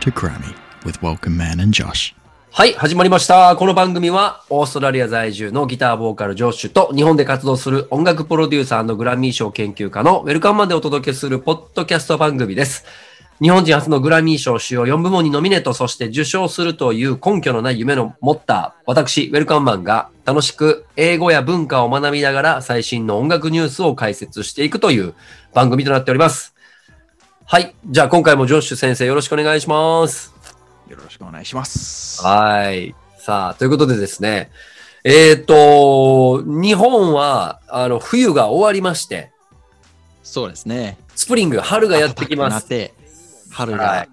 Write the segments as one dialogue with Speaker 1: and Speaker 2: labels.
Speaker 1: to Grammy with Welcome Man and Josh.
Speaker 2: はい、始まりました。この番組は、オーストラリア在住のギターボーカルジョッシュと、日本で活動する音楽プロデューサーグラミー賞研究家のウェルカムマンでお届けするポッドキャスト番組です。日本人初のグラミー賞主要4部門にノミネート、そして受賞するという根拠のない夢の持った私、ウェルカムマンが楽しく英語や文化を学びながら最新の音楽ニュースを解説していくという番組となっております。はい、じゃあ今回もジョッシュ先生よろしくお願いします。
Speaker 1: よろしくお願いします。
Speaker 2: はい。さあ、ということでですね、えっ、と、日本は、あの、冬が終わりまして、
Speaker 1: そうですね。
Speaker 2: スプリング、春がやってきま
Speaker 1: 暖かくなっ
Speaker 2: す。
Speaker 1: て、春
Speaker 2: は
Speaker 1: が
Speaker 2: い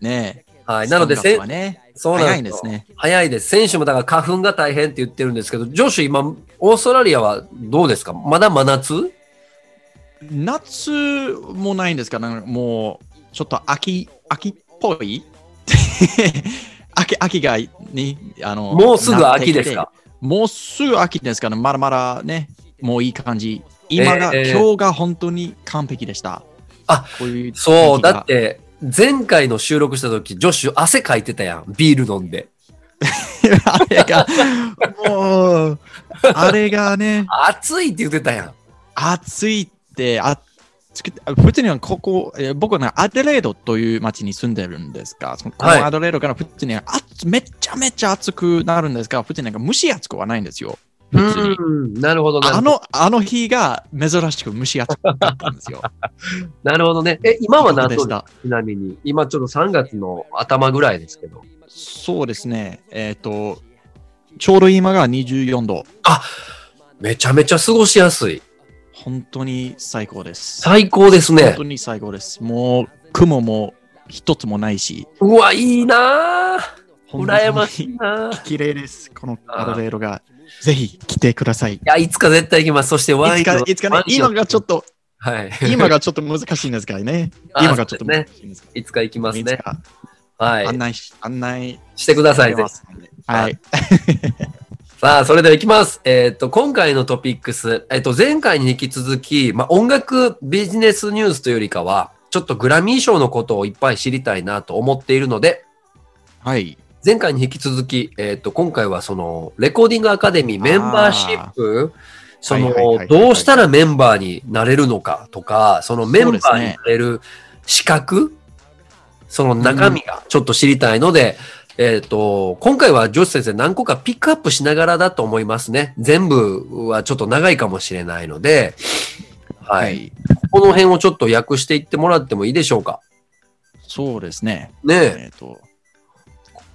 Speaker 1: ね。
Speaker 2: はい。なので、
Speaker 1: 3
Speaker 2: せ
Speaker 1: 月
Speaker 2: ん
Speaker 1: はね、
Speaker 2: そう
Speaker 1: 早
Speaker 2: ないん
Speaker 1: ん
Speaker 2: で
Speaker 1: ですす
Speaker 2: よ。
Speaker 1: ね。
Speaker 2: 早いです。選手もだから花粉が大変って言ってるんですけど、ジョシュ今、オーストラリアはどうですかまだ真夏
Speaker 1: 夏もないんですかなんかもう、ちょっと秋、秋っぽい 秋、秋がに、あの、
Speaker 2: もうすぐ秋ですか
Speaker 1: もうすぐ秋ですから、まだまだね、もういい感じ。今が、
Speaker 2: えー
Speaker 1: 今日が本当に完璧でした。
Speaker 2: あ
Speaker 1: こういう
Speaker 2: そ
Speaker 1: 天
Speaker 2: う、
Speaker 1: 気が
Speaker 2: だっ。て、前回の収録した時、ジョシュ汗かいてたやん。ビール飲んで。
Speaker 1: あれが、もう、あれがね、
Speaker 2: 暑いって言ってたやん。
Speaker 1: 暑いって、あつく普通にはここ、えー僕はね、アデレードという町に住んでるんですが、そのこ
Speaker 2: はい
Speaker 1: のアデレードから普通にはあめちゃめちゃ暑くなるんですが、普通になんか蒸し暑くはないんですよ。
Speaker 2: う
Speaker 1: 普通に。
Speaker 2: ん、なるほど、なるほ
Speaker 1: あ
Speaker 2: ど。
Speaker 1: の、あの日が珍しく蒸し暑かったんです よ。
Speaker 2: なるほどね。え、今は何
Speaker 1: で
Speaker 2: 度
Speaker 1: した。
Speaker 2: ちなみに、今ちょっと3月の頭ぐらいですけど。
Speaker 1: そうですね。えっ、と、ちょうど今が24度。
Speaker 2: めちゃめちゃ過ごしやすい。
Speaker 1: 本当に最高です。
Speaker 2: 最高です
Speaker 1: 本
Speaker 2: ね
Speaker 1: 当。に最高です。もう、雲も一つもないし、
Speaker 2: うわ、いいなぁ。
Speaker 1: 本当に
Speaker 2: 羨ましいなぁ。い
Speaker 1: 綺麗です。この
Speaker 2: あー
Speaker 1: アルレーロが。ぜひ来てください。い
Speaker 2: や、いつか絶対行きます。そしてワイ
Speaker 1: つ
Speaker 2: ン
Speaker 1: か
Speaker 2: を、
Speaker 1: いつかね
Speaker 2: ワ、インを
Speaker 1: 今がちょっと、
Speaker 2: はい。
Speaker 1: 今がちょっと難しいんですからね。
Speaker 2: あ
Speaker 1: 今がちょっと
Speaker 2: そう
Speaker 1: 難
Speaker 2: ですね。
Speaker 1: しいんですか
Speaker 2: いつか行きま
Speaker 1: ら
Speaker 2: す
Speaker 1: いつ
Speaker 2: ね。
Speaker 1: か
Speaker 2: はい
Speaker 1: 案。内し、案内
Speaker 2: してください、ぜひ
Speaker 1: ますので。はい。
Speaker 2: さあ、それでは行きます。えーっと、今回のトピックス、えーっと、前回に引き続き、まあ、音楽ビジネスニュースというよりかは、ちょっとグラミー賞のことをいっぱい知りたいなと思っているので、
Speaker 1: はい。
Speaker 2: 前回に引き続き、えっと今回はそのレコーディングアカデミーメンバーシップそ
Speaker 1: はいはいはいは
Speaker 2: の
Speaker 1: い
Speaker 2: どうしたらメンバーになれるのかとかそのメ
Speaker 1: そう
Speaker 2: ンバーに
Speaker 1: です
Speaker 2: な
Speaker 1: ね
Speaker 2: れる資格その中身がちょっと知りたいので、えっ、と、今回はジョシュ先生何個かピックアップしながらだと思いますね。全部はちょっと長いかもしれないので、はい。
Speaker 1: はい。
Speaker 2: この辺をちょっと訳していってもらってもいいでしょうか。
Speaker 1: そうですね。
Speaker 2: ねえ。
Speaker 1: えっと、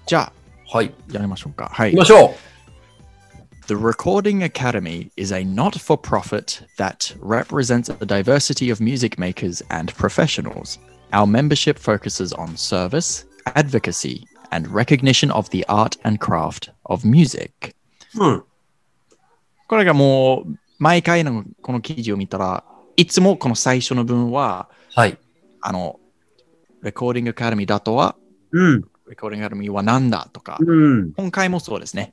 Speaker 1: じゃあ、
Speaker 2: はい。
Speaker 1: やりましょうか。はい
Speaker 2: 行き。ましょ
Speaker 1: The Recording Academy is a not for profit that represents a diversity of music makers and professionals. Our membership focuses on service, advocacy, and recognition of the art and craft of music.
Speaker 2: う。うん。
Speaker 1: これがもう毎回のこの記事を見たらいつもこの最初の文は
Speaker 2: はい。
Speaker 1: あの Recording Academy だとは
Speaker 2: うん。
Speaker 1: Recording Academy は何だとか
Speaker 2: うん。
Speaker 1: 今回もそうですね。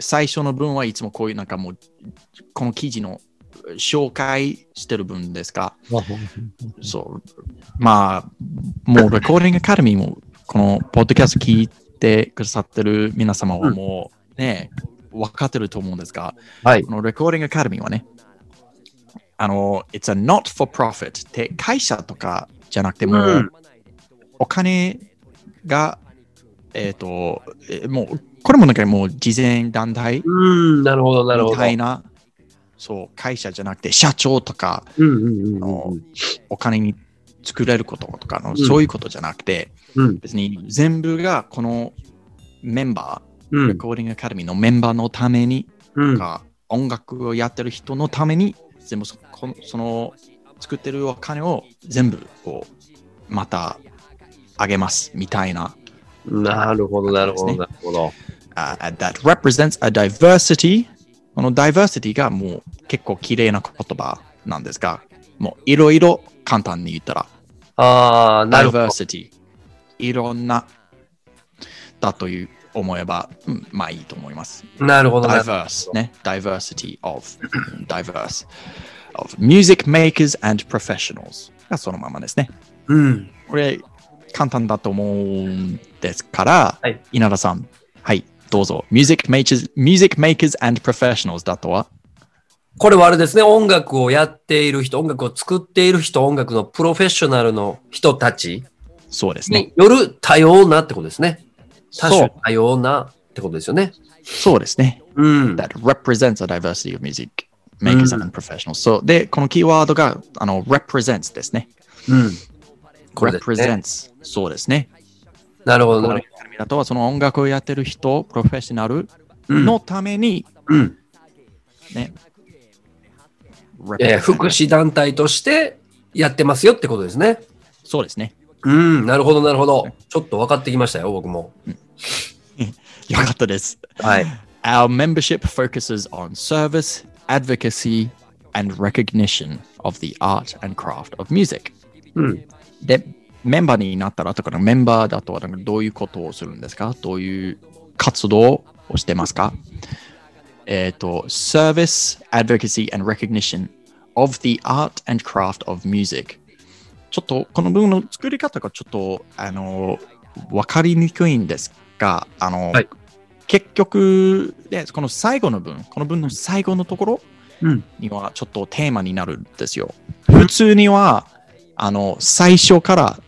Speaker 1: 最初の文はいつもこういうなんかもう、この記事の紹介してる文ですが、そう。まあ、もうレコーディングアカデミーも、このポッドキャスト聞いてくださってる皆様はもうね、分かってると思うんですが、
Speaker 2: はい。
Speaker 1: このレコーディングアカデミーはね、あの、It's a not for profit って会社とかじゃなくてもう、
Speaker 2: うん
Speaker 1: お金が、えっ、と、えもう、これもなんかもう事前団体
Speaker 2: うーん、なるほど、なるほ
Speaker 1: み
Speaker 2: ど。
Speaker 1: たいな、そう、会社じゃなくて社長とか、
Speaker 2: うんうんうん
Speaker 1: あ
Speaker 2: う
Speaker 1: の
Speaker 2: ん。
Speaker 1: お金に作れることとかの、
Speaker 2: ん
Speaker 1: そういうことじゃなくて、
Speaker 2: うん
Speaker 1: 別に全部がこのメンバ
Speaker 2: う
Speaker 1: ー、レ
Speaker 2: ん
Speaker 1: コーディングアカデミーのメンバーのために
Speaker 2: うん。
Speaker 1: か音楽をやってる人のために全部そこその作ってるお金を全部こうまたあげますみたいな。
Speaker 2: なるほど、なるほど、
Speaker 1: ですね
Speaker 2: なるほど。
Speaker 1: あ that represents a diversity この diversity がもう結構綺麗な言葉なんですがもういろいろ簡単に言ったら
Speaker 2: ああ、なるほど。
Speaker 1: diversity いろんなだという思えば、うんまあいいと思います。
Speaker 2: なるほど、なるほ
Speaker 1: diverse ね diversity of diverse of music makers and professionals がそのままですね
Speaker 2: ど。うん。
Speaker 1: これ簡単だと思うんですから、
Speaker 2: はい
Speaker 1: 稲田さん、はい、どうぞ。Music Makers, Music Makers and Professionals だとは
Speaker 2: これはあれですね、音楽をやっている人、音楽を作っている人、音楽のプロフェッショナルの人たち
Speaker 1: そうですね。
Speaker 2: による多様なってことですね。
Speaker 1: そ
Speaker 2: 多種
Speaker 1: う
Speaker 2: 多様なってことですよね。
Speaker 1: そうですね。
Speaker 2: うん。
Speaker 1: that represents a diversity of music makers
Speaker 2: うん
Speaker 1: and professionals. そう。で、このキーワードが、あの、represents ですね。
Speaker 2: うん。これですね。
Speaker 1: represents。そうですね。
Speaker 2: なるほど、
Speaker 1: こ
Speaker 2: な
Speaker 1: れ
Speaker 2: る
Speaker 1: だとは、その音楽をやってる人、プロフェッショナル
Speaker 2: ほど。
Speaker 1: のために、
Speaker 2: うん。うん。
Speaker 1: ね。
Speaker 2: え
Speaker 1: represent
Speaker 2: ー福祉団体としてやってますよってことですね。
Speaker 1: そうですね。
Speaker 2: うん。なるほど、なるほど。ちょっと分かってきましたよ、僕も。
Speaker 1: よかったです。
Speaker 2: はい。
Speaker 1: Our membership focuses on service, advocacy, and recognition of the art and craft of music.
Speaker 2: うん。
Speaker 1: で、メンバーになったらとか、メンバーだとはなんかどういうことをするんですかどういう活動をしてますかえっ、と、Service, Advocacy and Recognition of the Art and Craft of Music。ちょっとこの文の作り方がちょっと、あの、わかりにくいんですが、あの、
Speaker 2: はい
Speaker 1: 結局、ね、この最後の文、この文の最後のところ
Speaker 2: うん
Speaker 1: にはちょっとテーマになるんですよ。普通には、あの、最初から、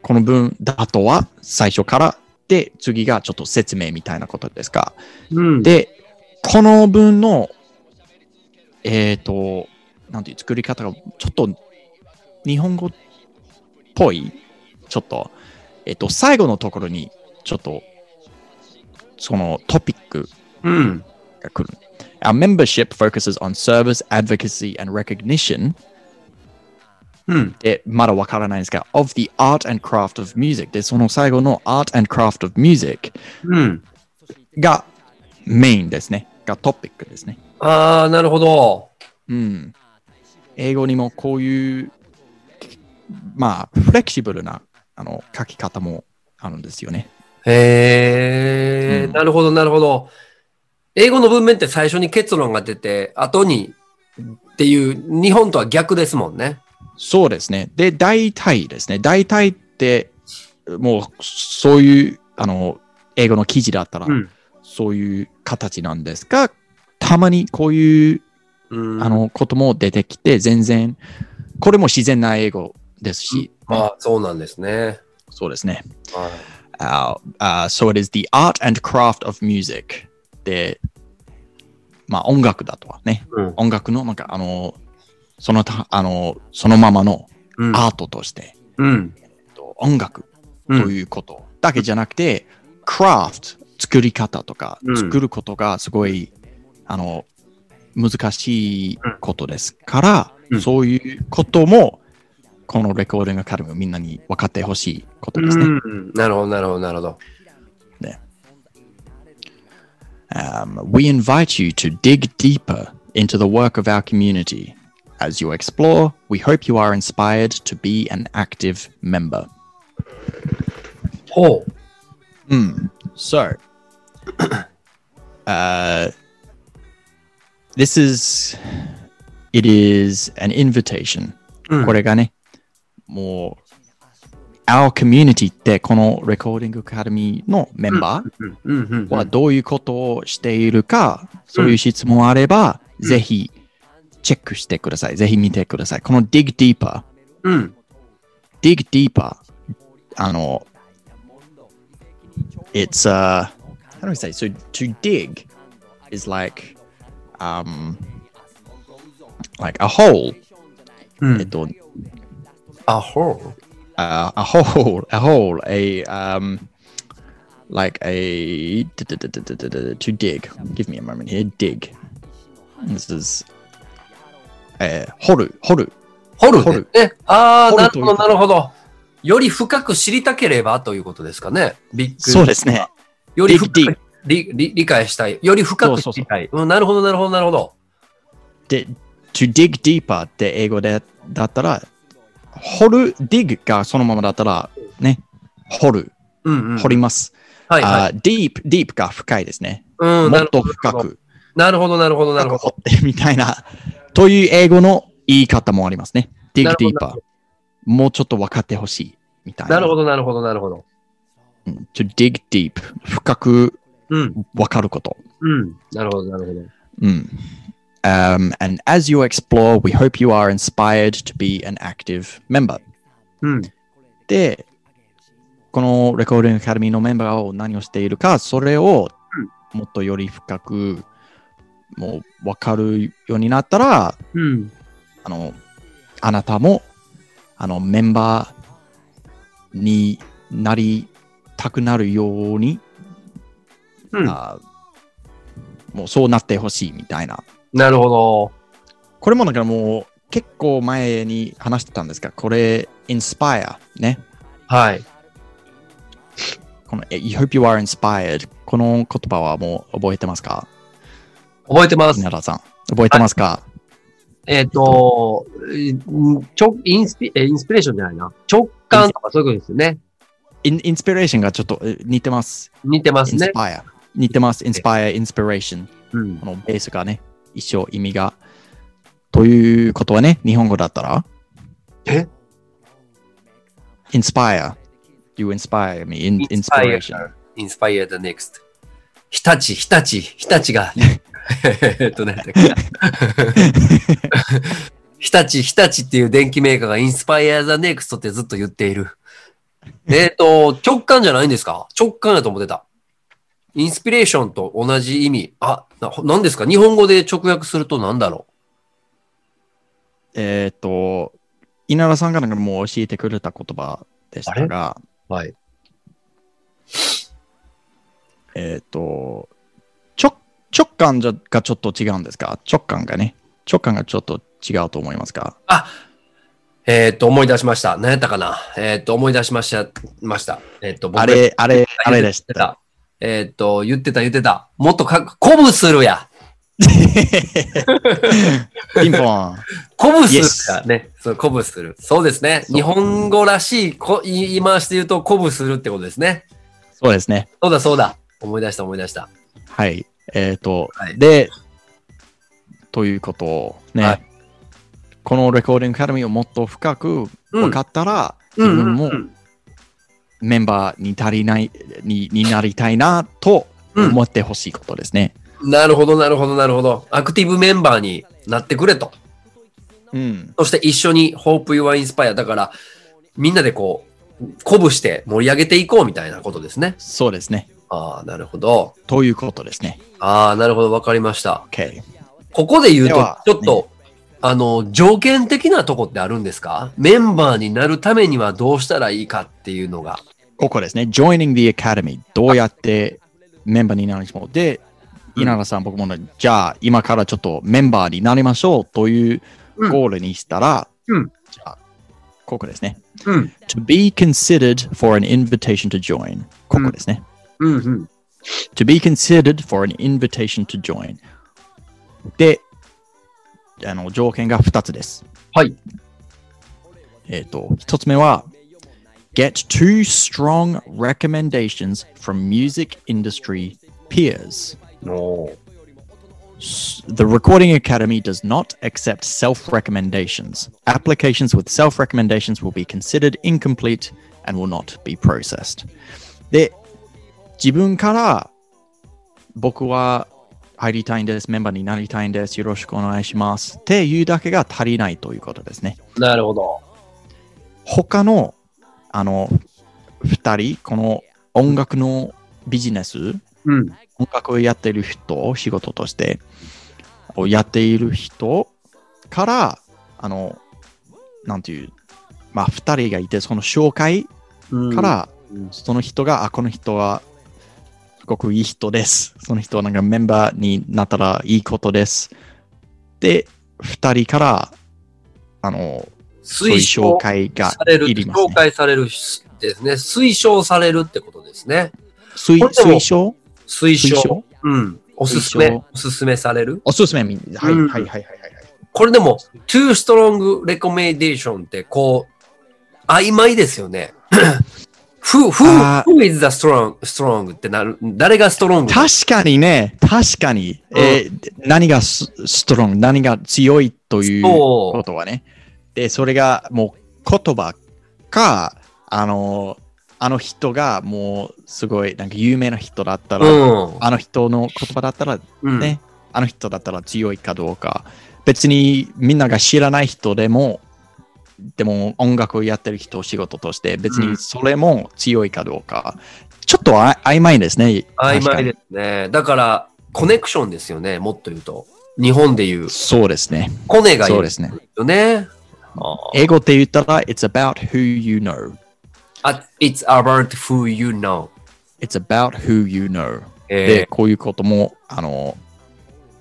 Speaker 1: この文だとは最初からで、次がちょっと説明みたいなことですか。
Speaker 2: うん。
Speaker 1: で、この文の、えっ、と、なんていう作り方が、ちょっと日本語っぽい、ちょっと、えっ、と、最後のところに、ちょっと、そのトピック
Speaker 2: うん。
Speaker 1: が来る。Our membership focuses on service, advocacy, and recognition
Speaker 2: うん。
Speaker 1: で、まだわからないんですが、of the art and craft of music で、その最後の art and craft of music
Speaker 2: うん。
Speaker 1: がメインですね。がトピックですね。
Speaker 2: ああ、なるほど。
Speaker 1: うん。英語にもこういう、まあ、フレキシブルなあの書き方もあるんですよね。
Speaker 2: へえ、
Speaker 1: うん
Speaker 2: なるほど、なるほど。英語の文面って最初に結論が出て、後にっていう、日本とは逆ですもんね。
Speaker 1: そうですね。で、大体ですね。大体って、もう、そういう、あの、英語の記事だったら、
Speaker 2: うん。
Speaker 1: そういう形なんですが、たまにこういう
Speaker 2: うん、
Speaker 1: あ、のことも出てきて、全然、これも自然な英語ですし、
Speaker 2: まあ、そうなんですね。
Speaker 1: そうですね。
Speaker 2: はい
Speaker 1: Uh, uh, so it is the art and craft of music で、まあ音楽だとはね、
Speaker 2: うん
Speaker 1: 音楽のなんかあの、その他あの、そのままの
Speaker 2: うん。
Speaker 1: アートとして、
Speaker 2: うん。
Speaker 1: と音楽と
Speaker 2: うん
Speaker 1: いうことだけじゃなくて、クラフト、作り方とか
Speaker 2: う、ん
Speaker 1: 作ることがすごい、あの、難しいことですから、
Speaker 2: うん
Speaker 1: そういうことも、このレコーディングアカデミーみんなに分かってほしいことですね。
Speaker 2: うんなるほど、なるほど、なるほど。
Speaker 1: Um, we invite you to dig deeper into the work of our community. As you explore, we hope you are inspired to be an active member.
Speaker 2: ほう。
Speaker 1: Hmm. So, uh, this is it is an invitation.
Speaker 2: うん
Speaker 1: これがね、もう our community ってこのレコーディングアカデミーのメンバー、
Speaker 2: うん。うん。うん。
Speaker 1: はどういうことをしているか、そういう質問あれば、ぜひチェックしてください。ぜひ見てください。この Dig Deeper、
Speaker 2: うん。
Speaker 1: Dig Deeper、あの、It's a, how do I say, so to dig is like, um, like a hole,
Speaker 2: う
Speaker 1: えっ
Speaker 2: ん。
Speaker 1: と、
Speaker 2: あ、ほ
Speaker 1: uh, a hole, a hole, a um, like a to dig. Give me a moment here. Dig. This is. えー、掘る、掘る。
Speaker 2: う。掘る。
Speaker 1: 掘る。
Speaker 2: ね。ああ、
Speaker 1: 掘
Speaker 2: な
Speaker 1: ると
Speaker 2: る
Speaker 1: いう
Speaker 2: ほ
Speaker 1: こ
Speaker 2: ど、
Speaker 1: と
Speaker 2: なるほど。より深く知りたければということですかね。ビッグ。
Speaker 1: そうですね。
Speaker 2: より深
Speaker 1: Dig
Speaker 2: く理理理解したい。より深く知りたい。うん、なるほど、なるほど、なるほど。
Speaker 1: で、to dig deeper って英語でだったら、掘る、dig がそのままだったら、ね、掘る、
Speaker 2: うん、うん。
Speaker 1: 掘ります。
Speaker 2: はい、は
Speaker 1: あ
Speaker 2: い。
Speaker 1: ー deep、deep が深いですね。
Speaker 2: うん、
Speaker 1: も
Speaker 2: な
Speaker 1: っ
Speaker 2: るほ
Speaker 1: と
Speaker 2: ど。
Speaker 1: 深く、
Speaker 2: なるほど、なるほど、な
Speaker 1: 深
Speaker 2: る
Speaker 1: く
Speaker 2: ほ
Speaker 1: 掘ってみたいな、という英語の言い方もありますね。dig
Speaker 2: なるほど
Speaker 1: deeper。もうちょっと分かってほしい。みたいな。
Speaker 2: なるほど、なるほど、なるほど。
Speaker 1: うん。to dig deep。深く
Speaker 2: うん。
Speaker 1: わかること。
Speaker 2: うん。なるほど、なるほど。
Speaker 1: Mm. Um, and as you explore, we hope you are inspired to be an active member.
Speaker 2: うん。
Speaker 1: で、このレコーディングアカデミーのメンバーを何をしているか、それをもっとより深くもう分かるようになったら、
Speaker 2: うん。
Speaker 1: あの、あなたもあのメンバーになりたくなるように、
Speaker 2: うん。
Speaker 1: あもうそうなってほしいみたいな
Speaker 2: なるほど。
Speaker 1: これもなんかもう結構前に話してたんですが、これ、インスパイアね。
Speaker 2: はい。
Speaker 1: この、え You hope you are inspired。この言葉はもう覚えてますか
Speaker 2: 覚えてます。
Speaker 1: 稲田さん。覚えてますか、
Speaker 2: えっ、と、うんちょインスピ、え、インスピレーションじゃないな。直感とかそういうことですよね。
Speaker 1: インインスピレーションがちょっとえ似てます。
Speaker 2: 似てます
Speaker 1: インス
Speaker 2: ね。
Speaker 1: パイア。似てます。インスパイア、インスピレーション。
Speaker 2: うん。
Speaker 1: このベースがね、一生意味が。ということはね、日本語だったら
Speaker 2: え
Speaker 1: インスパイア。You inspire me. インインスピレーション。
Speaker 2: インスパイア the next. 日立、日立、日立が。 えっとね。 日立、日立っていう電機メーカーがインスパイア the next ってずっと言っている。えっと、直感じゃないんですか直感だと思ってた。インスピレーションと同じ意味。あ、ななんですか日本語で直訳すると何だろ
Speaker 1: えっ、と、稲田さんがなんかもう教えてくれた言葉でしたが、
Speaker 2: うはい。
Speaker 1: えっ、と、直直感じゃがちょっと違うんですか直感がね。直感がちょっと違うと思いますか
Speaker 2: えっと、思い出しました。何やったかなえっと、思い出しました、ました。えっと、僕が
Speaker 1: あれ、あれ、あれでし
Speaker 2: 言って
Speaker 1: た。
Speaker 2: た。えーっと、言ってた、言ってた。もっとかっ、鼓舞するや。
Speaker 1: ピンポン。
Speaker 2: 鼓舞するや。ね。そう、鼓舞する。そうですね。
Speaker 1: そう
Speaker 2: 日本語らしいこ言い回しで言うと、鼓舞するってことですね。
Speaker 1: そうですね。
Speaker 2: そうだ、そうだ。思い出した、思い出した。
Speaker 1: はい。えっ、と、
Speaker 2: はい
Speaker 1: で、ということをね、
Speaker 2: はい
Speaker 1: このレコーディングカルミをもっと深く分かったら、
Speaker 2: うん
Speaker 1: 自分
Speaker 2: うん
Speaker 1: も
Speaker 2: うん
Speaker 1: メンバーに足りない、にになりたいなと思ってほしいことですね。
Speaker 2: なるほど、なるほど、なるほど。アクティブメンバーになってくれと。
Speaker 1: うん。
Speaker 2: そして一緒に Hope You Are Inspire。だから、みんなでこう、鼓舞して盛り上げていこうみたいなことですね。
Speaker 1: そうですね。
Speaker 2: ああ、なるほど。
Speaker 1: ということですね。
Speaker 2: ああ、なるほど、わかりました。
Speaker 1: OK。
Speaker 2: ここで言うと、
Speaker 1: では
Speaker 2: ちょっと、あの、条件的なとこってあるんですかメンバーになるためにはどうしたらいいかっていうのが。
Speaker 1: ここですね。Joining the Academy。どうやってメンバーになるんでしょう。で、
Speaker 2: うん
Speaker 1: 稲田さん、僕もね、じゃあ今からちょっとメンバーになりましょうという
Speaker 2: うん
Speaker 1: ゴールにしたら、
Speaker 2: うん
Speaker 1: じゃあ、ここですね。
Speaker 2: うん。
Speaker 1: To be considered for an invitation to join。ここですね。
Speaker 2: うんうん。
Speaker 1: to be considered for an invitation to join. で、あの条件が2つです。
Speaker 2: はい。
Speaker 1: えっ、と、1つ目は、get two strong recommendations from music industry peers.
Speaker 2: おー
Speaker 1: S- The Recording Academy does not accept self recommendations. Applications with self recommendations will be considered incomplete and will not be processed. で、自分から僕は入りたいんです、メンバーになりたいんです、よろしくお願いしますっていうだけが足りないということですね。
Speaker 2: なるほど。
Speaker 1: 他のあの2人、この音楽のビジネス
Speaker 2: うん。
Speaker 1: 音楽をやっている人、仕事としてをやっている人から、あの、なんていう、まあ、二人がいて、その紹介
Speaker 2: うん
Speaker 1: から、
Speaker 2: うん
Speaker 1: その人が、あ、この人は、すごくいい人です。その人はなんかメンバーになったらいいことです。で、二人から、あの、そういう
Speaker 2: 推
Speaker 1: 紹
Speaker 2: 奨
Speaker 1: 介が
Speaker 2: される、
Speaker 1: いります、
Speaker 2: 紹
Speaker 1: ね。
Speaker 2: 介されるしですね。推奨されるってことですね。
Speaker 1: 推
Speaker 2: これでも
Speaker 1: 推奨
Speaker 2: 推
Speaker 1: 推
Speaker 2: 奨。
Speaker 1: 奨
Speaker 2: うん。おすすめ
Speaker 1: 推奨、
Speaker 2: おすすめされる。
Speaker 1: おすすめみ、はい、
Speaker 2: うん
Speaker 1: はいはいはいはい。
Speaker 2: これでも、too strong recommendation ってこう、曖昧ですよね。who, who,
Speaker 1: あ
Speaker 2: who is the strong, strong ってなる、誰がストロング
Speaker 1: 確かにね、確かに、
Speaker 2: うん
Speaker 1: えー何がスストロング、何が強いというこ
Speaker 2: そ
Speaker 1: とはね。で、それがもう言葉か、あの、あの人がもうすごいなんか有名な人だったら、
Speaker 2: うん。
Speaker 1: あの人の言葉だったら
Speaker 2: うん。
Speaker 1: ね、あの人だったら強いかどうか、別にみんなが知らない人でも、でも音楽をやってる人を仕事として、別
Speaker 2: うん
Speaker 1: にそれも強いかどうか、ちょっとあ曖昧ですね。
Speaker 2: 曖昧
Speaker 1: で
Speaker 2: ですね。だから、コネクションですよね、もっと言うと。日本で言う、
Speaker 1: そうですね。
Speaker 2: コネがい
Speaker 1: そう
Speaker 2: る
Speaker 1: ですね。
Speaker 2: よね。あー
Speaker 1: 英語で言ったら、It's about who you know.
Speaker 2: あ It's about who you know.
Speaker 1: It's about who you know. で、
Speaker 2: え
Speaker 1: こういうことも、あの、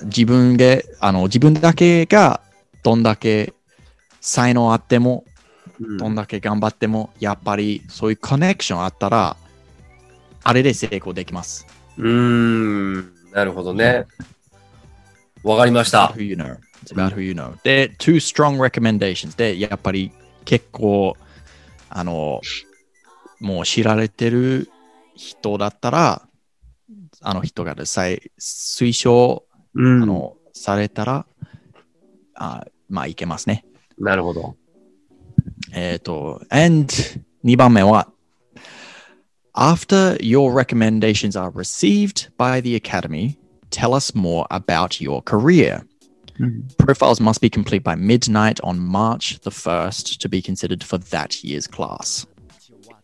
Speaker 1: 自分で、あの、自分だけがどんだけ才能あっても、
Speaker 2: ー
Speaker 1: どんだけ頑張っても、やっぱりそういうコネクションあったら、あれで成功できます。
Speaker 2: うーん、なるほどね。わかりました
Speaker 1: About。who you know. It's about who you know. で、two strong recommendations で、やっぱり結構、あの、もう知られてる人だったら、あの人がさい推奨
Speaker 2: うん
Speaker 1: あの、されたら、あまあ、いけますね。
Speaker 2: なるほど。
Speaker 1: えっ、と、and 2番目は、After your recommendations are received by the Academy, tell us more about your career. Profiles must be complete by midnight on March the 1st to be considered for that year's class.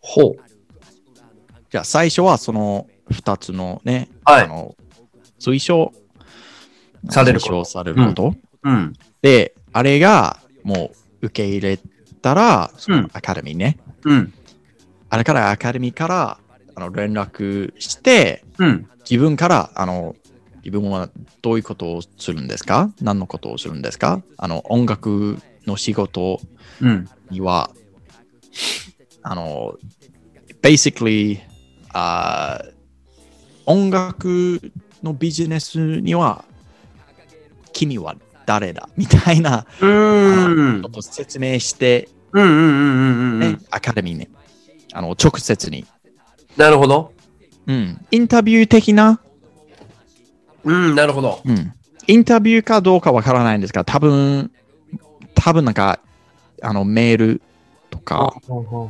Speaker 2: ほう。
Speaker 1: じゃあ、最初はその2つのね、
Speaker 2: は
Speaker 1: あ
Speaker 2: い。
Speaker 1: の推奨
Speaker 2: されるこ
Speaker 1: 推
Speaker 2: と
Speaker 1: 奨されること。
Speaker 2: うん。
Speaker 1: で、あれがもう受け入れたら、そ
Speaker 2: うん
Speaker 1: のアカデミーね。
Speaker 2: うん。
Speaker 1: あれからアカデミーからあの連絡して、
Speaker 2: うん。
Speaker 1: 自分から、あの、自分はどういうことをするんですか何のことをするんですかあの、音楽の仕事
Speaker 2: うん。
Speaker 1: には、あの、basically、あー音楽のビジネスには、君は誰だみたいな
Speaker 2: うーん
Speaker 1: ちょっ。と説明して、
Speaker 2: うんうんうんうんうんう
Speaker 1: ね
Speaker 2: ん。
Speaker 1: アカデミーに、あの直接に、
Speaker 2: なるほど。
Speaker 1: うん、インタビュー的な、
Speaker 2: うん、なるほど。
Speaker 1: うん、インタビューかどうかわからないんですが、多分多分なんかあのメールとか、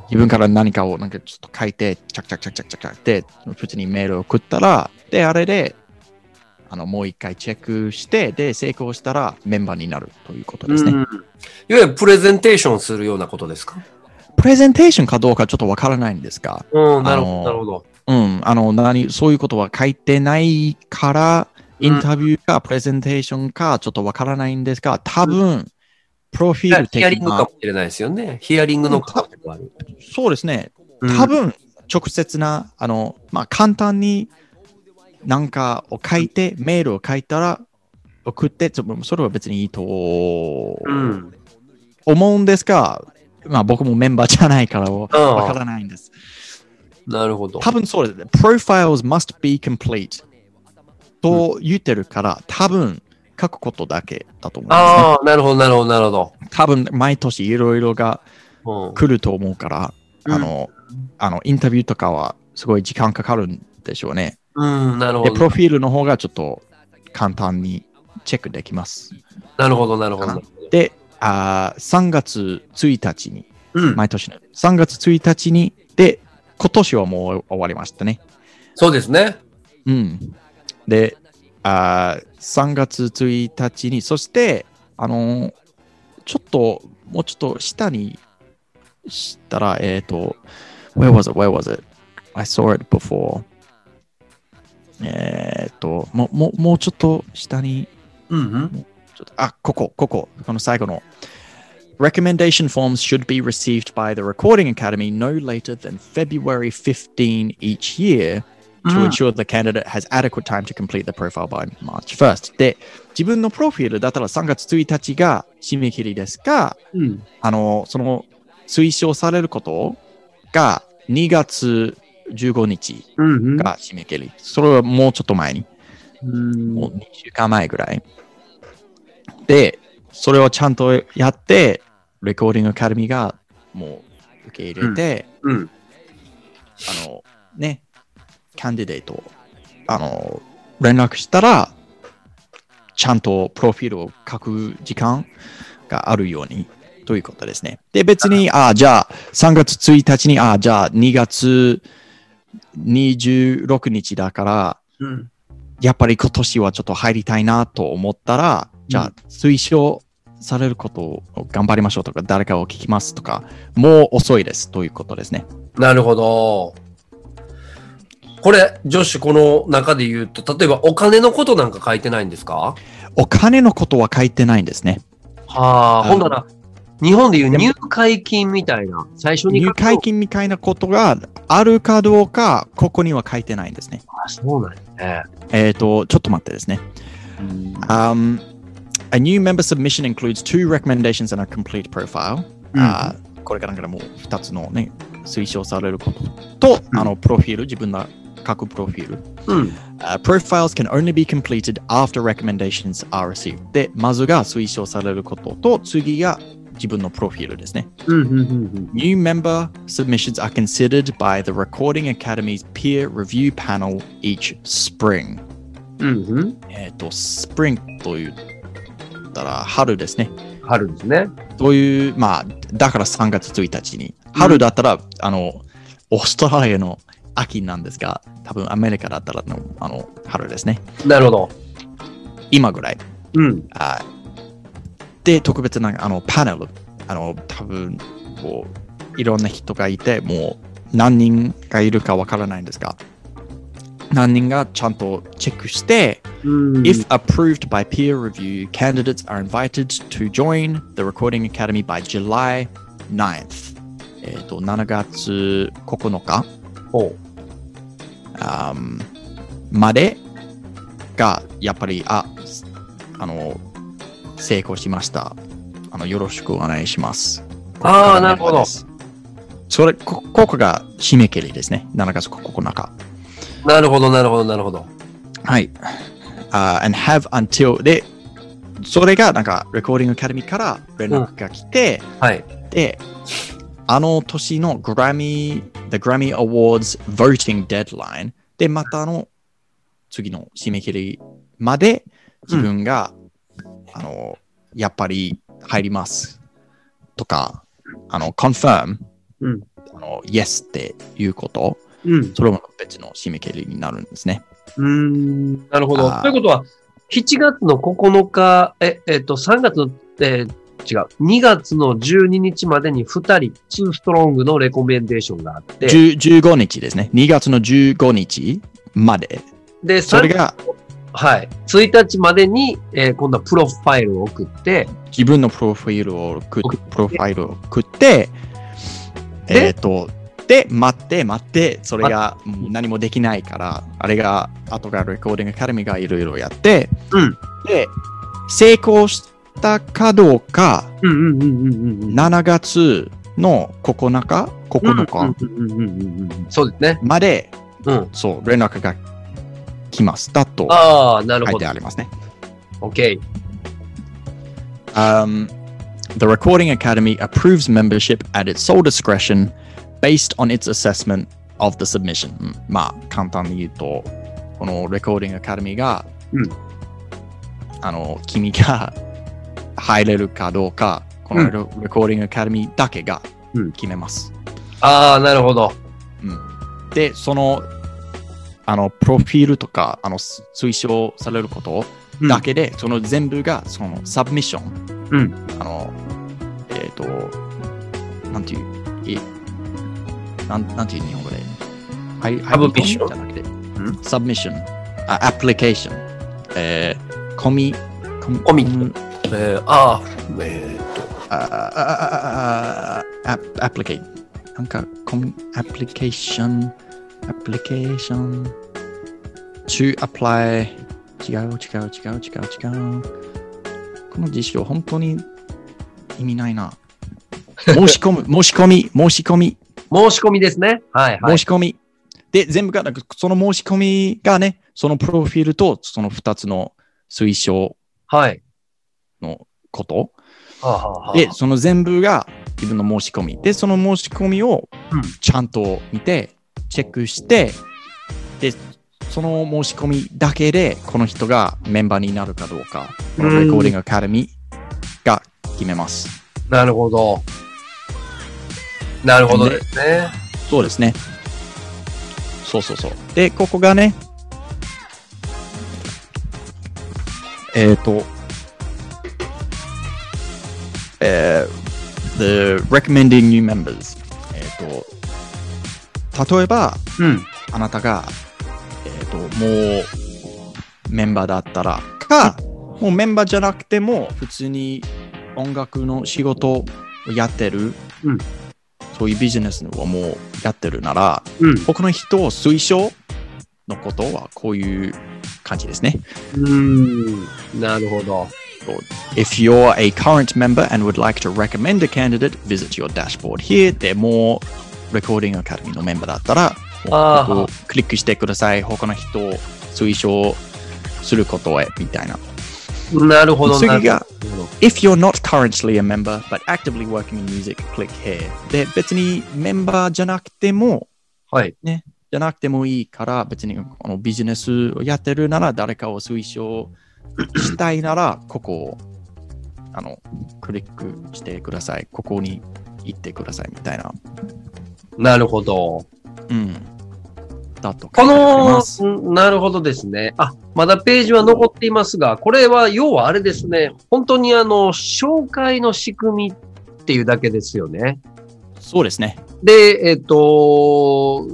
Speaker 1: 自分から何かをなんかちょっと書いて、チャクチャクチャクチャクチャクチャクって、普通にメールを送ったら、で、あれで、あのもう一回チェックして、で、成功したらメンバーになるということですね。
Speaker 2: うんいわゆるプレゼンテーションするようなことですか
Speaker 1: プレゼンテーションかどうかちょっとわからないんですが、
Speaker 2: うん、な
Speaker 1: な
Speaker 2: る
Speaker 1: る
Speaker 2: ほ
Speaker 1: ほど
Speaker 2: ど、なるほど。
Speaker 1: うん、あの、何、そういうことは書いてないから、
Speaker 2: うん
Speaker 1: インタビューかプレゼンテーションかちょっとわからないんですが、多分、プロフィール
Speaker 2: ヒアリ
Speaker 1: 的
Speaker 2: ングか
Speaker 1: な
Speaker 2: も、しれないですよね。ヒアリングの価格もある。
Speaker 1: そうですね、
Speaker 2: うん
Speaker 1: 多分、直接な、あの、まあ、簡単になんかを書いて、メールを書いたら、送って、ちょそれは別にいいと
Speaker 2: うん。
Speaker 1: 思うんですが、まあ、僕もメンバーじゃないからわ
Speaker 2: うん
Speaker 1: からないんです。
Speaker 2: なるほど。
Speaker 1: 多分そうですね。Profiles must be complete と言ってるから、多分書くことだけだと思います、
Speaker 2: ああ、なるほど、なるほど、なるほ
Speaker 1: ね。多分毎年いろいろが
Speaker 2: ど。
Speaker 1: 来ると思うから、
Speaker 2: うん
Speaker 1: あの、あの、インタビューとかはすごい時間かかるんでしょうね。
Speaker 2: うん、うんなるほ
Speaker 1: で、プ
Speaker 2: ど。
Speaker 1: ロフィールの方がちょっと簡単にチェックできます。
Speaker 2: なるほど、なるほど。
Speaker 1: で、あー3月1日に、
Speaker 2: うん。
Speaker 1: 毎年の3月1日に、で、今年はもう終わりましたね。
Speaker 2: そうですね。
Speaker 1: うん。で、あー3月1日に、そして、あのーちょっと、もうちょっと下にしたら、えっ、と、Where was it? Where was it? I saw it before. えっと、もう、もう、もうちょっと下に、
Speaker 2: うんうん。
Speaker 1: ちょっとあ、ここ、ここ、この最後の。Recommendation forms should be received by the Recording Academy no later than February 15 each year to
Speaker 2: うん
Speaker 1: ensure the candidate has adequate time to complete the profile by March 1st. で、自分のプロフィールだったら3月1日が締め切りですが、
Speaker 2: うん。
Speaker 1: あの、その推奨されることが2月15日
Speaker 2: うん
Speaker 1: が締め切り。それはもうちょっと前に。
Speaker 2: うん
Speaker 1: もう2週間前ぐらい。で、それをちゃんとやって、レコーディングアカデミーがもう受け入れて、
Speaker 2: うん。
Speaker 1: あの、ね、キャンディデート、あの、連絡したら、ちゃんとプロフィールを書く時間があるようにということですね。で、別に、あじゃあ、 3月1日に、あ、じゃあ2月26日だから、
Speaker 2: うん。
Speaker 1: やっぱり今年はちょっと入りたいなと思ったら、じゃあ推奨されることを頑張りましょうとか、誰かを聞きますとか、もう遅いですということですね。
Speaker 2: なるほど。これ、ジョッシュ、この中で言うと、例えばお金のことなんか書いてないんですか
Speaker 1: お金のことは書いてないんですね。
Speaker 2: はあ、
Speaker 1: あ
Speaker 2: ほんなら、日本でいう
Speaker 1: でも
Speaker 2: 入会金みたいな、最初に
Speaker 1: 入
Speaker 2: 書くと
Speaker 1: 会金みたいなことがあるかどうか、ここには書いてないんですね。
Speaker 2: あそうなんですね。
Speaker 1: えっ、と、ちょっと待ってですね。Um, a new member submission includes two recommendations and a complete profile. あーこれからからもう2つのね、推奨されることと、
Speaker 2: うん
Speaker 1: あの、プロフィール、自分の各プロフィール。
Speaker 2: うん。
Speaker 1: Uh, profiles can only be completed after recommendations are received. で、まずが推奨されることと、次が自分のプロフィールですね。
Speaker 2: うん。うん。うん。
Speaker 1: New member submissions are considered by the Recording Academy's peer review panel each spring.
Speaker 2: うん。うん。
Speaker 1: えっ、と、spring と言ったら春ですね。
Speaker 2: 春ですね。
Speaker 1: という、まあ、だから3月1日に。春だったら、あの、オーストラリアの秋なんですが、多分アメリカだったらのあの春ですね。
Speaker 2: なるほど。
Speaker 1: 今ぐらい。
Speaker 2: うん。
Speaker 1: あで、特別なあのパネル、あの多分こういろんな人がいて、もう何人がいるかわからないんですが、何人がちゃんとチェックして、
Speaker 2: うん
Speaker 1: if approved by peer review, candidates are invited to join the Recording Academy by July 9th. えっと7月9日
Speaker 2: ほう
Speaker 1: あーまでがやっぱりあすあの成功しましたあのよろしくお願いします
Speaker 2: ああ、
Speaker 1: これから
Speaker 2: なる
Speaker 1: メ
Speaker 2: ほど
Speaker 1: ンバーで。すそれこここが締め切りですね7月9日
Speaker 2: なるほど、なるほど、なるほど。
Speaker 1: はいあー and have until でそれがなんかレコーディングアカデミーから連絡が来て、
Speaker 2: はい。
Speaker 1: で、あの年のグラミー、The Grammy Awards Voting Deadline で、またあの次の締め切りまで自分が、あの、やっぱり入りますとか、あの、confirm、
Speaker 2: うん
Speaker 1: あの、yes っていうこと、
Speaker 2: うん。
Speaker 1: それも別の締め切りになるんですね。
Speaker 2: うん。なるほど。
Speaker 1: あー
Speaker 2: ということは、7月の9日、え、えっと、3月の、えー違う。2月の12日までに2人、2ストロングのレコメンデーションがあって、
Speaker 1: 10 15日ですね。2月の15日まで。
Speaker 2: で、
Speaker 1: それ
Speaker 2: 3
Speaker 1: が
Speaker 2: はい。1日までに、えー今度はプロファイルを送って、
Speaker 1: 自分のプロフィールを送っプロファイルを送って、
Speaker 2: で
Speaker 1: えっ、と、で、待って、待って、それがもう何もできないから、あれが、あとがレコーディングアカデミーがいろいろやって、
Speaker 2: うん
Speaker 1: で、成功したかどうか、
Speaker 2: うんうんうんうんう
Speaker 1: 7月の9日、9日
Speaker 2: うんうんうんうんうん。そうですね。
Speaker 1: まで、
Speaker 2: うん。
Speaker 1: そう、連絡が来ましたと
Speaker 2: ああ、なる
Speaker 1: 書
Speaker 2: ほ
Speaker 1: い
Speaker 2: ど
Speaker 1: て。ありますね。
Speaker 2: OK。
Speaker 1: Um, the Recording Academy approves membership at its sole discretion based on its assessment of the submission. うんまあ、簡単に言うと、この Recording Academy が、
Speaker 2: うん
Speaker 1: あの、君が 入れるかどうか、この
Speaker 2: うん
Speaker 1: Re- Recording Academy だけが
Speaker 2: うん
Speaker 1: 決めます。
Speaker 2: ああ、なるほど。
Speaker 1: うんで、その、あの、プロフィールとか、あの、す推奨されることをだけで、その全部がそのサブミッション、
Speaker 2: うん
Speaker 1: あのえっ、となんていういなんなんていう日本語ではい
Speaker 2: サブミッション
Speaker 1: じゃなくてサブミッションあアプリケーションえー、コミコミ
Speaker 2: コミ
Speaker 1: うん
Speaker 2: えー、ああ、え
Speaker 1: あ
Speaker 2: ー、
Speaker 1: あああああアアプリケなんかコミアプリケーションアプリケーション to apply 違う違う違う違う違うこの辞書本当に意味ないな申し込む申し込み申し込み
Speaker 2: 申し込みですね。はいは
Speaker 1: 申
Speaker 2: い。
Speaker 1: し込みで全部がなんかその申し込みがねそのプロフィールとその2つの推奨
Speaker 2: はい。
Speaker 1: のこと
Speaker 2: はあ、はあはあ、
Speaker 1: で、その全部が自分の申し込み。で、その申し込みを
Speaker 2: うん
Speaker 1: ちゃんと見て、チェックして、で、その申し込みだけで、この人がメンバーになるかどうか、このレコーディングアカデミーが決めます。
Speaker 2: なるほど。なるほどですね。
Speaker 1: そうですね。そうそうそう。で、ここがね、えっ、と、えー the recommending new members。えっ、と、例えば、
Speaker 2: うん。
Speaker 1: あなたが、えっ、と、もうメンバーだったら、か、もうメンバーじゃなくても、普通に音楽の仕事をやってる、
Speaker 2: うん
Speaker 1: そういうビジネスをもうやってるなら、
Speaker 2: うん。
Speaker 1: 僕の人を推奨のことはこういう感じですね。
Speaker 2: うん。なるほど。
Speaker 1: If you're a current member and would like to recommend a candidate, visit your dashboard here. でもう、Recording Academy のメンバーだったら、
Speaker 2: あー
Speaker 1: もうここクリックしてください。他の人を推奨することへ、みたいな。
Speaker 2: なるほど。
Speaker 1: 次
Speaker 2: なる
Speaker 1: が
Speaker 2: ほど
Speaker 1: If you're not currently a member but actively working in music, click here. で、別にメンバーじゃなくても、
Speaker 2: はい。
Speaker 1: じゃなくてもいいから、別にこのビジネスをやってるなら、誰かを推奨したいなら、ここをあのクリックしてください。ここに行ってくださいみたいな。
Speaker 2: なるほど。
Speaker 1: うん。だと
Speaker 2: こ
Speaker 1: 考えられ
Speaker 2: の
Speaker 1: ます、
Speaker 2: うんなるほどですね。あ、まだページは残っていますが、これは要はあれですね。本当にあの、紹介の仕組みっていうだけですよね。
Speaker 1: そうですね。
Speaker 2: で、えっ、と、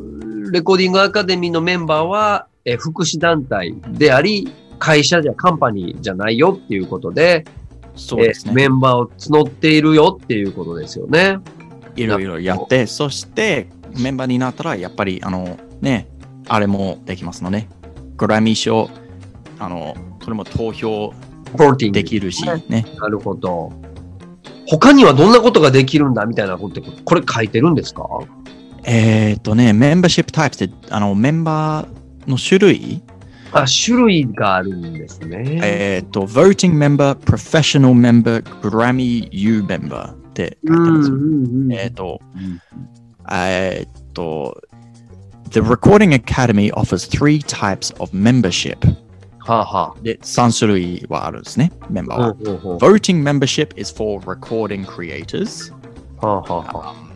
Speaker 2: レコーディングアカデミーのメンバーは、えー福祉団体であり、会社じゃ、カンパニーじゃないよっていうことで、
Speaker 1: そうです
Speaker 2: えー
Speaker 1: ね。
Speaker 2: メンバーを募っているよっていうことですよね。
Speaker 1: いろいろやって、そしてメンバーになったら、やっぱり、あの、ね、あれもできますのね。グラミー賞、あの、それも投票
Speaker 2: ボーティング。
Speaker 1: できるし
Speaker 2: は、
Speaker 1: ね。
Speaker 2: なるほど。他にはどんなことができるんだみたいなことって、これ書いてるんですか
Speaker 1: えっとね、メンバーシップタイプって、あの、メンバーの種類、
Speaker 2: あ、種類があるんですね。
Speaker 1: えっと、voting member, professional member, Grammy U member って書いて
Speaker 2: う
Speaker 1: ま
Speaker 2: ん
Speaker 1: す
Speaker 2: う。んうん。
Speaker 1: えっと、
Speaker 2: うん
Speaker 1: えっと、The Recording Academy offers three types of membership.
Speaker 2: はあは
Speaker 1: で、3種類はあるんですね、メンバー
Speaker 2: あ。
Speaker 1: は。
Speaker 2: ほうほうほう
Speaker 1: Voting membership is for recording creators.
Speaker 2: はあはあはあ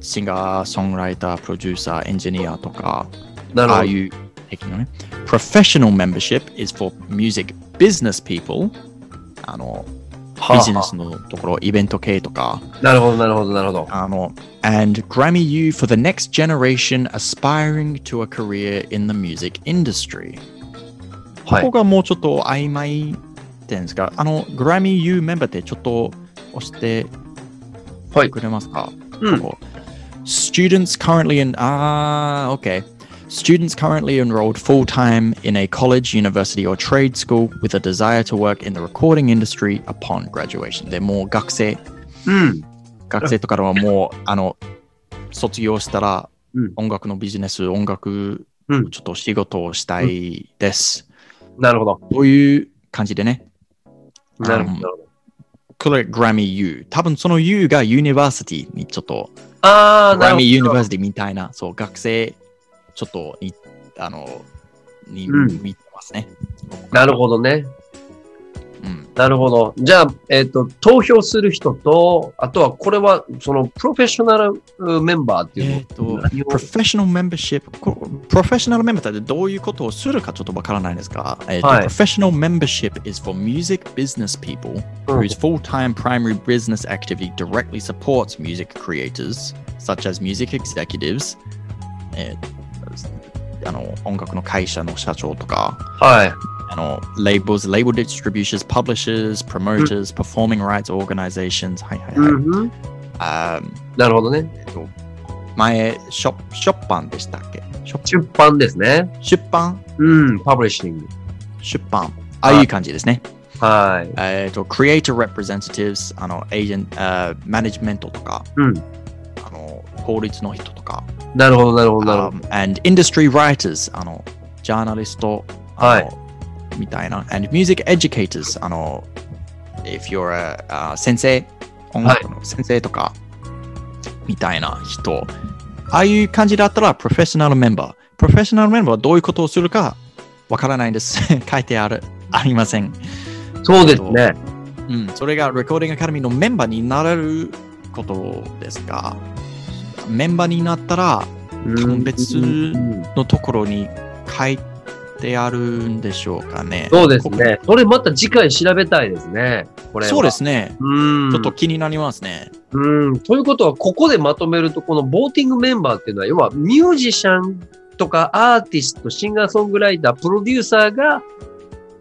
Speaker 1: シンガー、ソングライター、プロデューサー、エンジニアとか、
Speaker 2: なる
Speaker 1: あ
Speaker 2: ほ
Speaker 1: あ
Speaker 2: ど。
Speaker 1: いう的なね。Professional membership is for music business people. あの、
Speaker 2: はあはあ
Speaker 1: ビジネスのところ、イベント系とか。
Speaker 2: なるほど、なるほど、なるほど。
Speaker 1: あの And Grammy U for the next generation aspiring to a career in the music industry.
Speaker 2: は
Speaker 1: ここ
Speaker 2: い。
Speaker 1: がもうちょっと曖昧ってんですか、あの、グラミー U メンバーってちょっと押して
Speaker 2: はい
Speaker 1: くれますか、
Speaker 2: うん
Speaker 1: ここ Students currently in, あー、OK. Students currently enrolled full time in a college, university, or trade school with a desire to work in the recording industry upon graduation. でもう学生、
Speaker 2: うん。
Speaker 1: 学生とかはもう、あの、卒業したら
Speaker 2: うん
Speaker 1: 音楽のビジネス、音楽、
Speaker 2: うん
Speaker 1: ちょっと仕事をしたいです。
Speaker 2: なるほど。
Speaker 1: という感じでね。
Speaker 2: なるほ
Speaker 1: うん
Speaker 2: どなるほど。
Speaker 1: これ Grammy U。多分その U が University にちょっと、
Speaker 2: ああ、なる
Speaker 1: Grammy
Speaker 2: ほど。
Speaker 1: University みたいな、そう、学生、ちょっとに、あの、に、
Speaker 2: うん
Speaker 1: 見てますね。
Speaker 2: なるほどね。
Speaker 1: うん。
Speaker 2: なるほど。じゃあ、えっ、と、投票する人と、あとは、これは、その、プロフェッショナルうメンバーっていうの
Speaker 1: えっと
Speaker 2: 何を
Speaker 1: Professional membership、こプロフェッショナルメンバーってどういうことをするかちょっとわからないですが、えっと
Speaker 2: はい
Speaker 1: Professional membership is for music business people
Speaker 2: うん
Speaker 1: whose full-time primary business activity directly supports music creators, such as music executives, えーあの音楽の会社の社長とか、
Speaker 2: はい。
Speaker 1: あの labels, label distributors, publishers, promoters, performing rights organizations、はい Um, はいはい。
Speaker 2: うんうん
Speaker 1: あ
Speaker 2: なるほどね。
Speaker 1: ー前、ショッショッパンでしたっけショッ
Speaker 2: 出版ですね。
Speaker 1: 出版
Speaker 2: うん、パブリッシング。
Speaker 1: 出版。ああいう感じですね。
Speaker 2: はい。
Speaker 1: えっと、creator representatives、あの、エージェント、あーマネジメントとか、
Speaker 2: うん。
Speaker 1: あの、法律の人とか、
Speaker 2: なるほど、なるほど、なるほど。
Speaker 1: um, and industry writers あのジャーナリスト
Speaker 2: は
Speaker 1: あ
Speaker 2: い
Speaker 1: のみたいな and music educators あの if you're a, a 先生音楽の先生とか、みたいな人ああいう感じだったらプロフェッショナルメンバープロフェッショナルメンバーはどういうことをするかわからないです 書いてあるありません、
Speaker 2: そうですね。
Speaker 1: うん、それが Recording Academy のメンバーになれることですがメンバーになったら多分別のところに書いてあるんでしょうかね。
Speaker 2: そうですね。それまた次回調べたいですね。これは
Speaker 1: そうですね。
Speaker 2: うん。
Speaker 1: ちょっと気になりますね。
Speaker 2: うん。ということは、ここでまとめると、このボーティングメンバーっていうのは、要はミュージシャンとかアーティスト、シンガーソングライター、プロデューサーが、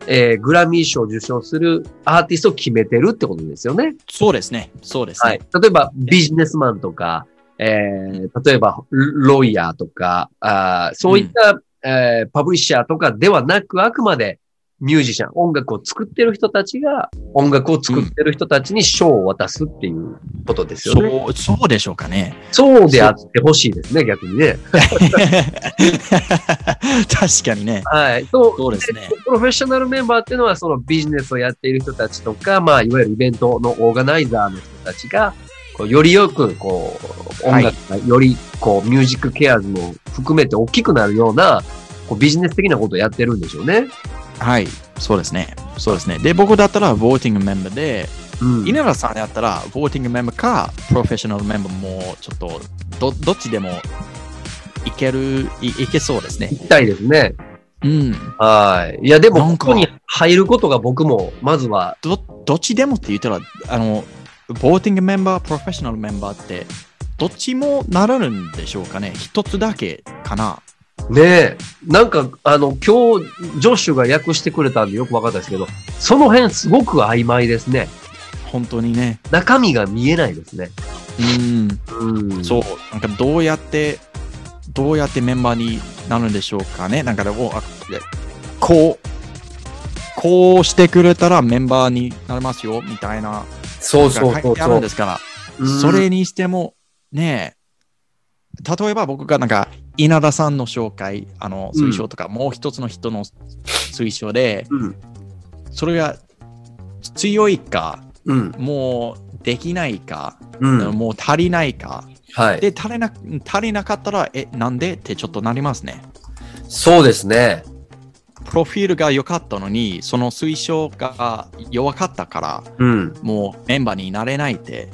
Speaker 2: えーグラミー賞を受賞するアーティストを決めてるってことですよね。
Speaker 1: そうですね。そうですね。
Speaker 2: はい。例えば、ビジネスマンとか、えー、例えば、ロロイヤーとか、あーそういった、えーパブリッシャーとかではなく、あくまでミュージシャン、音楽を作ってる人たちが、音楽を作ってる人たちに賞を渡すっていうことですよね。
Speaker 1: そうそうでしょうかね。
Speaker 2: そうであってほしいですね、逆にね。
Speaker 1: 確かにね。
Speaker 2: はい。そう。
Speaker 1: そうですね。
Speaker 2: プロフェッショナルメンバーっていうのは、そのビジネスをやっている人たちとか、まあ、いわゆるイベントのオーガナイザーの人たちが、こうよりよく、こう、音楽がより、こう、ミュージックケアーズも含めて大きくなるような、こう、ビジネス的なことをやってるんでしょうね。
Speaker 1: はい。そうですね。そうですね。で、僕だったら、ボーティングメンバーで、
Speaker 2: うん。
Speaker 1: 稲田さんだったら、ボーティングメンバーか、プロフェッショナルメンバーも、ちょっと、ど、どっちでも、いける、いいけそうですね。
Speaker 2: 行きたいですね。
Speaker 1: うん。
Speaker 2: はい。いや、でも、
Speaker 1: なん
Speaker 2: こ
Speaker 1: か
Speaker 2: こに入ることが僕も、まずは、
Speaker 1: ど、どっちでもって言ったら、あの、ボーティングメンバー、プロフェッショナルメンバーって、どっちもなれるんでしょうかね。一つだけかな。
Speaker 2: ねえ、なんか、あの、今日、ジョッシュが訳してくれたんでよくわかったですけど、その辺すごく曖昧ですね。
Speaker 1: 本当にね。
Speaker 2: 中身が見えないですね。
Speaker 1: うん。
Speaker 2: うん
Speaker 1: そう、なんかどうやって、どうやってメンバーになるんでしょうかね。なんかでも、あでこう、こうしてくれたらメンバーになれますよ、みたいな、
Speaker 2: そうそう
Speaker 1: が
Speaker 2: そ
Speaker 1: 書いうてある
Speaker 2: そ
Speaker 1: ん
Speaker 2: う
Speaker 1: で。すから、
Speaker 2: うん
Speaker 1: それにしても、ねえ、例えば僕がなんか、稲田さんの紹介、あの、推奨とか、もう一つの人の推奨で、
Speaker 2: うん。
Speaker 1: それが強いか、
Speaker 2: うん。
Speaker 1: もうできないか、
Speaker 2: うん。
Speaker 1: もう足りないか、
Speaker 2: はい。
Speaker 1: で足りな足りなかったら、え、なんでってちょっとなりますね。
Speaker 2: そうですね。
Speaker 1: プロフィールが良かったのに、その推奨が弱かったから、
Speaker 2: うん。
Speaker 1: もうメンバーになれないって。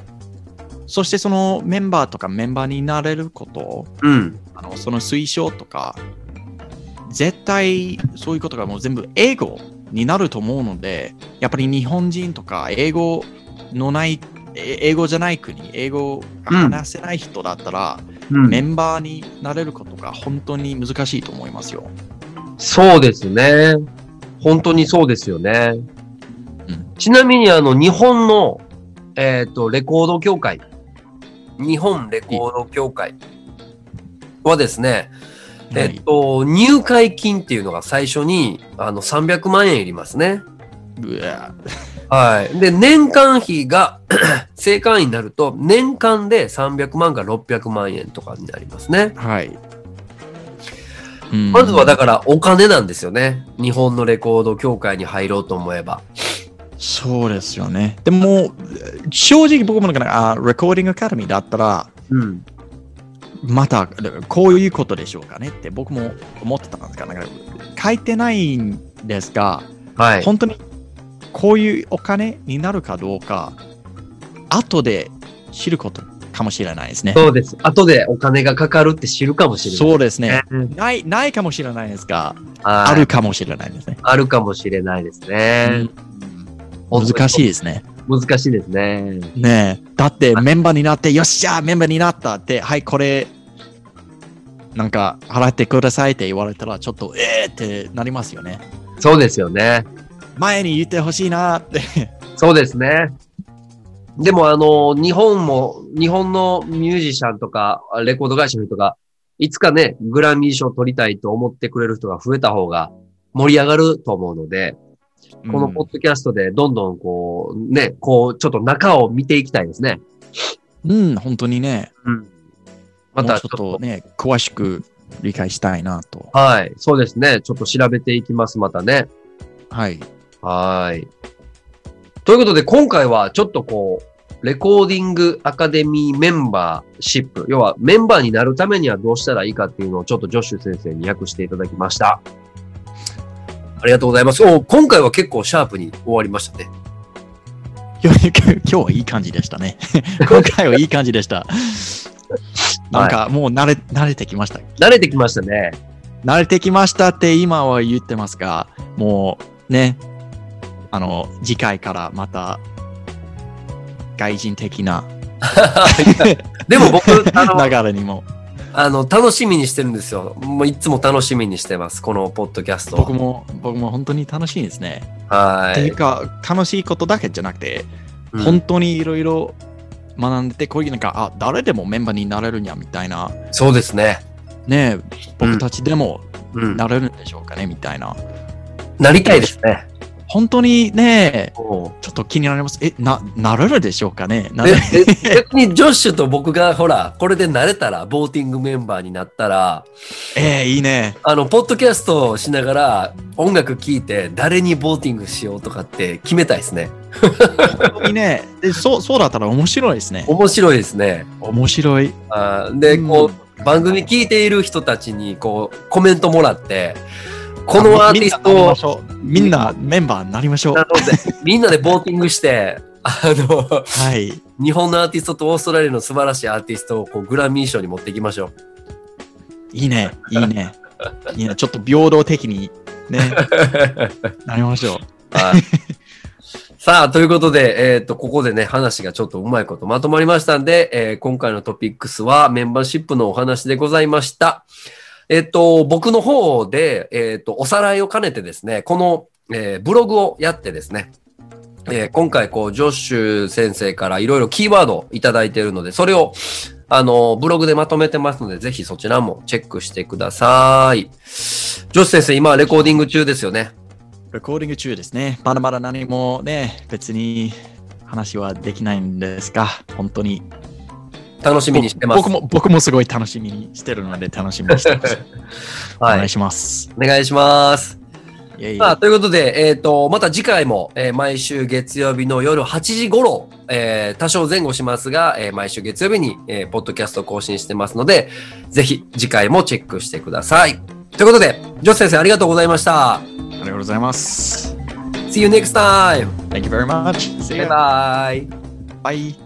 Speaker 1: そしてそのメンバーとかメンバーになれること、
Speaker 2: うん。
Speaker 1: あのその推奨とか、絶対そういうことがもう全部英語になると思うので、やっぱり日本人とか英語のない、え英語じゃない国、英語が話せない人だったら、
Speaker 2: うん
Speaker 1: メンバーになれることが本当に難しいと思いますよ。
Speaker 2: そうですね。本当にそうですよね。
Speaker 1: うん
Speaker 2: ちなみに、あの、日本の、えっ、と、レコード協会。日本レコード協会はですね、えっ、と、入会金っていうのが最初に、あの、300万円いりますね。
Speaker 1: うわ
Speaker 2: はい。で、年間費が 正会員になると、年間で300万から600万円とかになりますね。
Speaker 1: はい。うん
Speaker 2: まずはだからお金なんですよね。日本のレコード協会に入ろうと思えば。
Speaker 1: そうですよね。でも、正直僕もなんか、あレコーディングアカデミーだったら、
Speaker 2: うん。
Speaker 1: また、こういうことでしょうかねって僕も思ってたんですが、なんか書いてないんですが、
Speaker 2: はい。
Speaker 1: 本当にこういうお金になるかどうか、後で知ることかもしれないですね。
Speaker 2: そうです。後でお金がかかるって知るかもしれない。
Speaker 1: そうですね。
Speaker 2: うね。
Speaker 1: ない、ないかもしれないですが、あ
Speaker 2: あ
Speaker 1: る
Speaker 2: る。
Speaker 1: かもしれないですね。
Speaker 2: あるかもしれないですね。
Speaker 1: 難しい
Speaker 2: い。
Speaker 1: ですね。
Speaker 2: 難しいですね。
Speaker 1: ねえ。だってメンバーになって、よっしゃメンバーになったって、はい、これ、なんか払ってくださいって言われたら、ちょっと、えーってなりますよね。
Speaker 2: そうですよね。
Speaker 1: 前に言ってほしいなって。
Speaker 2: そうですね。でもあの、日本も、日本のミュージシャンとか、レコード会社の人が、いつかね、グラミー賞取りたいと思ってくれる人が増えた方が盛り上がると思うので、このポッドキャストでどんどんこう、ね、こう、ちょっと中を見ていきたいですね。
Speaker 1: うん、うん、本当にね、
Speaker 2: うん。ま
Speaker 1: も
Speaker 2: た
Speaker 1: う
Speaker 2: ち
Speaker 1: ち
Speaker 2: ょ
Speaker 1: ょっ
Speaker 2: っと、
Speaker 1: とね、詳しく理解したいなと。
Speaker 2: はい。そうですね。ちょっと調べていきます、またね。
Speaker 1: はい。
Speaker 2: はい。ということで、今回はちょっとこう、レコーディングアカデミーメンバーシップ、要はメンバーになるためにはどうしたらいいかっていうのをちょっとジョッシュ先生に訳していただきました。ありがとうございます。お今回は結構シャープに終わりましたね。
Speaker 1: 今日今日はいい感じでしたね。今回はいい感じでした。なんかもう慣れ慣れてきました。
Speaker 2: 慣れてきましたね。
Speaker 1: 慣れてきましたって今は言ってますが、もうね、あの、次回からまた外人的な
Speaker 2: でも 僕、あ
Speaker 1: 流
Speaker 2: の、
Speaker 1: れにも、
Speaker 2: あの楽しみにしてるんですよ。もういつも楽しみにしてます、このポッドキャスト。
Speaker 1: 僕も、僕も本当に楽しいですね。
Speaker 2: は
Speaker 1: ってい。
Speaker 2: いう
Speaker 1: か、楽しいことだけじゃなくて、
Speaker 2: うん
Speaker 1: 本当にいろいろ学んでて、こういうなんか、あ、誰でもメンバーになれるにゃみたいな、
Speaker 2: そうですね。
Speaker 1: ね、僕たちでも
Speaker 2: うん。
Speaker 1: なれるんでしょうかね、みたいな。
Speaker 2: なりたいですね。
Speaker 1: 本当にね、
Speaker 2: おう
Speaker 1: ちょっと気になります。え、な、なれるでしょうかねな
Speaker 2: で
Speaker 1: れ
Speaker 2: で逆にジョッシュと僕がほら、これで慣れたら、ボーティングメンバーになったら、
Speaker 1: えー、いいね。
Speaker 2: あの、ポッドキャストをしながら音楽聴いて、誰にボーティングしようとかって決めたいですね。
Speaker 1: いいね。で、そう、そうだったら面白いですね。
Speaker 2: 面白いですね。
Speaker 1: 面白い。
Speaker 2: あーで、
Speaker 1: うん
Speaker 2: こう、番組聞いている人たちに、こう、コメントもらって、このアーティストを、
Speaker 1: トみんなメンバーになりましょう。
Speaker 2: なので、みんなでボーティングして、あの、
Speaker 1: はい。
Speaker 2: 日本のアーティストとオーストラリアの素晴らしいアーティストをこうグラミー賞に持っていきましょう。
Speaker 1: いいね。いいね。いいね。ちょっと平等的に ね、なりましょう。
Speaker 2: はいさあ、ということで、えっ、と、ここでね、話がちょっとうまいことまとまりましたんで、えー今回のトピックスはメンバーシップのお話でございました。えっ、と、僕の方で、えっ、と、おさらいを兼ねてですね、この、えーブログをやってですね、えー今回、こう、ジョッシュ先生からいろいろキーワードをいただいているので、それを、あの、ブログでまとめてますので、ぜひそちらもチェックしてください。ジョッシュ先生、今、レコーディング中ですよね。
Speaker 1: レコーディング中ですね。まだまだ何もね、別に話はできないんですが、本当に。
Speaker 2: 楽しみにしてます。
Speaker 1: 僕も、僕もすごい楽しみにしてるので、楽しみにしてます。お
Speaker 2: は
Speaker 1: 願
Speaker 2: い
Speaker 1: い。します。
Speaker 2: お願いします。
Speaker 1: いえいえ
Speaker 2: まあ、ということで、えっ、と、また次回も、えー毎週月曜日の夜8時頃、えー多少前後しますが、えー毎週月曜日に、えーポッドキャストを更新してますので、ぜひ次回もチェックしてください。ということで、ジョス先生ありがとうございました。
Speaker 1: ありがとうございます。
Speaker 2: See you next time!
Speaker 1: Thank you very much. See
Speaker 2: バイ
Speaker 1: you.
Speaker 2: バイ
Speaker 1: Bye.